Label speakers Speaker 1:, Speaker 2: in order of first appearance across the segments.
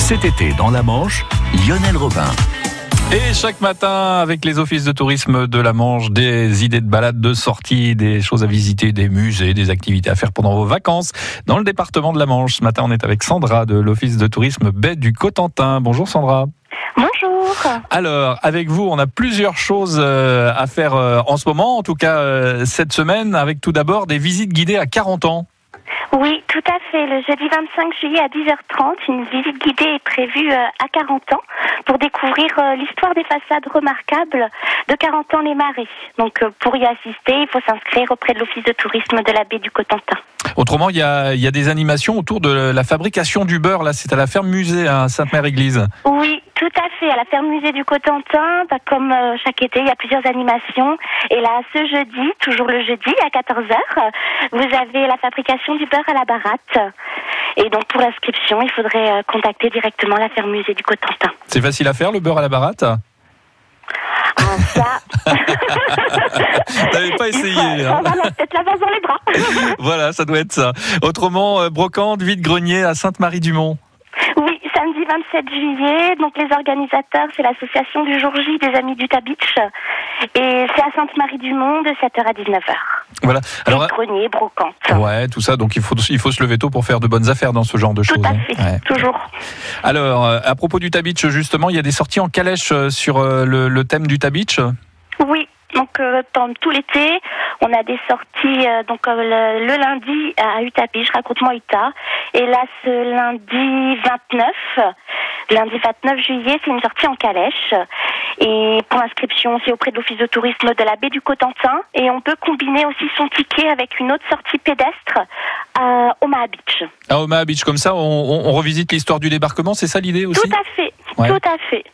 Speaker 1: Cet été dans la Manche, Lionel Robin.
Speaker 2: Et chaque matin, avec les offices de tourisme de la Manche, des idées de balades, de sorties, des choses à visiter, des musées, des activités à faire pendant vos vacances dans le département de la Manche. Ce matin, on est avec Sandra de l'office de tourisme Baie du Cotentin. Bonjour Sandra.
Speaker 3: Bonjour.
Speaker 2: Alors, avec vous, on a plusieurs choses euh, à faire euh, en ce moment, en tout cas euh, cette semaine, avec tout d'abord des visites guidées à 40 ans.
Speaker 3: Oui, tout à fait. Le jeudi 25 juillet à 10h30, une visite guidée est prévue euh, à 40 ans pour découvrir euh, l'histoire des façades remarquables de 40 ans les marais. Donc euh, pour y assister, il faut s'inscrire auprès de l'Office de tourisme de la baie du Cotentin.
Speaker 2: Autrement, il y a, il y a des animations autour de la fabrication du beurre. Là, c'est à la ferme musée à Sainte-Mère-Église.
Speaker 3: Oui, tout à fait. À la ferme musée du Cotentin, bah, comme euh, chaque été, il y a plusieurs animations. Et là, ce jeudi, toujours le jeudi à 14h, vous avez la fabrication du beurre à la baratte. Et donc pour l'inscription, il faudrait euh, contacter directement la ferme musée du Cotentin.
Speaker 2: C'est facile à faire, le beurre à la baratte
Speaker 3: Ah, ça,
Speaker 2: T'avais pas
Speaker 3: il faut-
Speaker 2: essayé. hein.
Speaker 3: on va la- peut-être la base dans les bras.
Speaker 2: Voilà, ça doit être ça. Autrement, euh, brocante, vide-grenier à Sainte-Marie-du-Mont.
Speaker 3: Oui, samedi 27 juillet. Donc les organisateurs, c'est l'association du jour J des Amis du Beach. Et c'est à Sainte-Marie-du-Mont de 7h à 19h.
Speaker 2: Voilà. Alors,
Speaker 3: et grenier, brocante.
Speaker 2: ouais, tout ça. Donc, il faut, il faut se lever tôt pour faire de bonnes affaires dans ce genre de
Speaker 3: Tout
Speaker 2: choses.
Speaker 3: à
Speaker 2: hein.
Speaker 3: fait,
Speaker 2: Ouais.
Speaker 3: toujours.
Speaker 2: Alors, euh, à propos du Tabitch, justement, il y a des sorties en calèche euh, sur euh, le, le thème du Tabitch.
Speaker 3: Oui, donc euh, pendant tout l'été, on a des sorties euh, donc euh, le, le lundi à Utapi, je raconte-moi Utah. Et là, ce lundi 29, lundi 29 juillet, c'est une sortie en calèche. Et pour l'inscription, c'est auprès de l'Office de tourisme de la baie du Cotentin. Et on peut combiner aussi son ticket avec une autre sortie pédestre à Omaha Beach.
Speaker 2: À Omaha Beach, comme ça, on, on- on revisite l'histoire du débarquement, c'est ça l'idée aussi
Speaker 3: Tout à fait,
Speaker 2: Ouais.
Speaker 3: tout à fait.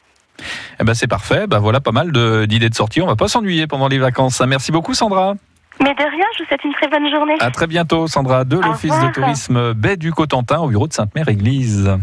Speaker 2: Eh ben, c'est parfait. Ben, voilà pas mal de- d'idées de sorties. On va pas s'ennuyer pendant les vacances. hein. Merci beaucoup, Sandra.
Speaker 3: Mais de rien, je vous souhaite une très bonne journée.
Speaker 2: À très bientôt, Sandra, de l'Office de
Speaker 3: revoir.
Speaker 2: tourisme Baie du Cotentin, au bureau de Sainte-Mère-Église.